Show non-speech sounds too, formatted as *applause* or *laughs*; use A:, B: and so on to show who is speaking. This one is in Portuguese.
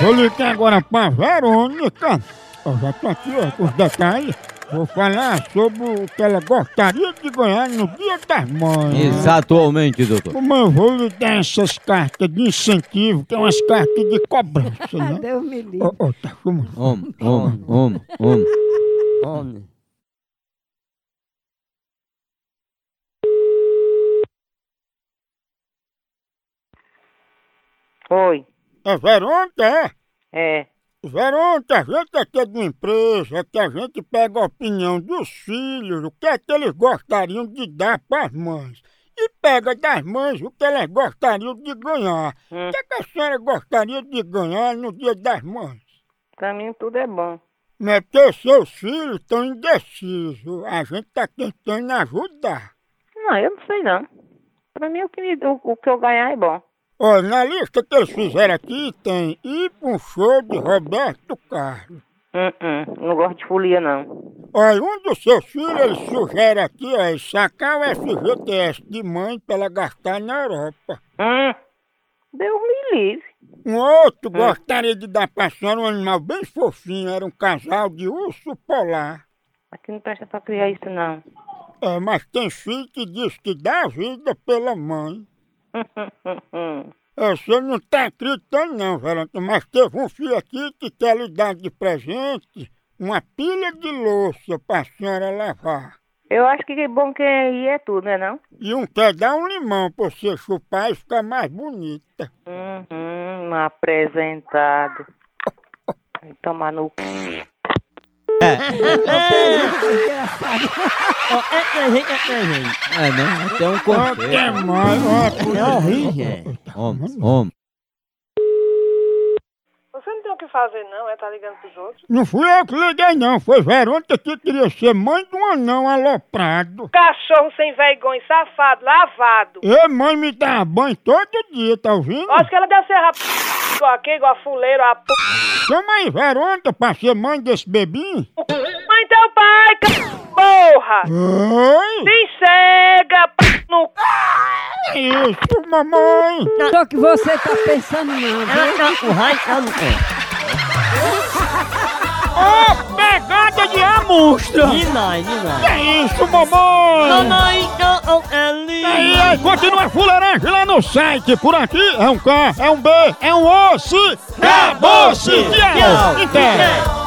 A: Vou ligar agora pra Verônica. Ó, já tô aqui ó, com os detalhes. Vou falar sobre o que ela gostaria de ganhar no Dia das Mães.
B: Exatamente, doutor.
A: Como eu vou lhe dar essas cartas de incentivo, que é umas cartas de cobrança,
C: Ah,
A: né?
C: Deus me livre.
A: Ó, ó, tá como...
B: Homem, homem, homem, homem.
D: Homem. Oi,
A: É Verônica, é?
D: é.
A: Verônica, a gente aqui é de uma empresa que a gente pega a opinião dos filhos, o que é que eles gostariam de dar para as mães. E pega das mães o que elas gostariam de ganhar.
D: Hum.
A: O que, é que a senhora gostaria de ganhar no dia das mães?
D: Pra mim tudo é bom.
A: Não é porque seus filhos estão indecisos. A gente está tentando ajudar.
D: Não, eu não sei não. Pra mim o que, me- o, o que eu ganhar é bom.
A: Ó, na lista que eles fizeram aqui tem ir para um show de Roberto Carlos.
D: Hum, hum, não gosto de folia não.
A: Olha, um dos seus filhos ele sugere aqui, ó, sacar o FGTS de mãe para ela gastar na Europa.
D: Hum, Deus me livre.
A: Um outro gostaria de dar pra senhora um animal bem fofinho, era um casal de urso polar.
D: Aqui não presta pra criar isso não. *laughs*
A: É, mas tem filho que diz que dá a vida pela mãe. É, Você não tá acreditando não, Verônica, mas teve um filho aqui que quer lhe dar de presente uma pilha de louça pra senhora lavar.
D: eu acho que é bom que aí é tudo, né não?
A: E um quer dar um limão pra você chupar e ficar mais bonita.
D: Uhum, apresentado. Vai tomar no c...
B: É, né? Até um
A: Até
B: contexto.
A: mais, ó, é horrível.
B: Homem, homem.
E: Você não tem o que fazer, não, é tá ligando pros outros.
A: Não fui eu que liguei não, foi Verônica que queria ser mãe de um anão aloprado.
E: Cachorro sem vergonha, safado, lavado.
A: E mãe me dá banho todo dia, tá ouvindo?
E: Acho que ela deve ser rap... igual aqui, igual a fuleiro, a p...
A: Chama aí Verônica pra ser mãe desse bebinho.
E: Mãe teu pai, então c... porra!
A: Oi,
E: Se enxerga, p... no c...
A: que é isso, mamãe.
C: Só que você tá pensando não, viu?
A: Ô, pegada de amostra. Que é isso, mamãe. E aí, aí, continua a é fuleiragem lá no site. Por aqui é um K, é um B, é um O, se... Acabou-se. Tchau. Então.